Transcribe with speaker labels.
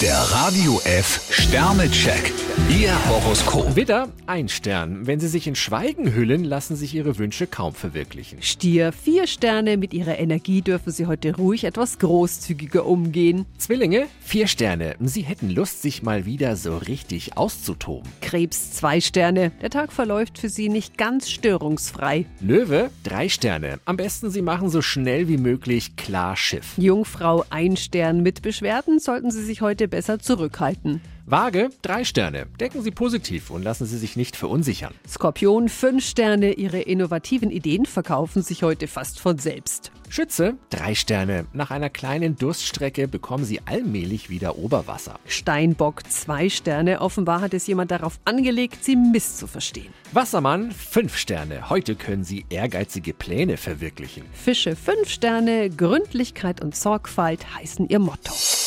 Speaker 1: Der Radio F Sternecheck. Ihr Horoskop.
Speaker 2: Widder, ein Stern. Wenn Sie sich in Schweigen hüllen, lassen sich Ihre Wünsche kaum verwirklichen.
Speaker 3: Stier, vier Sterne. Mit ihrer Energie dürfen Sie heute ruhig etwas großzügiger umgehen.
Speaker 2: Zwillinge, vier Sterne. Sie hätten Lust, sich mal wieder so richtig auszutoben.
Speaker 3: Krebs, zwei Sterne. Der Tag verläuft für Sie nicht ganz störungsfrei.
Speaker 2: Löwe, drei Sterne. Am besten Sie machen so schnell wie möglich klar Schiff.
Speaker 3: Jungfrau, ein Stern. Mit Beschwerden sollten Sie sich heute besser zurückhalten.
Speaker 2: Waage, drei Sterne. Denken Sie positiv und lassen Sie sich nicht verunsichern.
Speaker 3: Skorpion, fünf Sterne. Ihre innovativen Ideen verkaufen sich heute fast von selbst.
Speaker 2: Schütze, drei Sterne. Nach einer kleinen Durststrecke bekommen Sie allmählich wieder Oberwasser.
Speaker 3: Steinbock, zwei Sterne. Offenbar hat es jemand darauf angelegt, Sie misszuverstehen.
Speaker 2: Wassermann, fünf Sterne. Heute können Sie ehrgeizige Pläne verwirklichen.
Speaker 3: Fische, fünf Sterne. Gründlichkeit und Sorgfalt heißen Ihr Motto.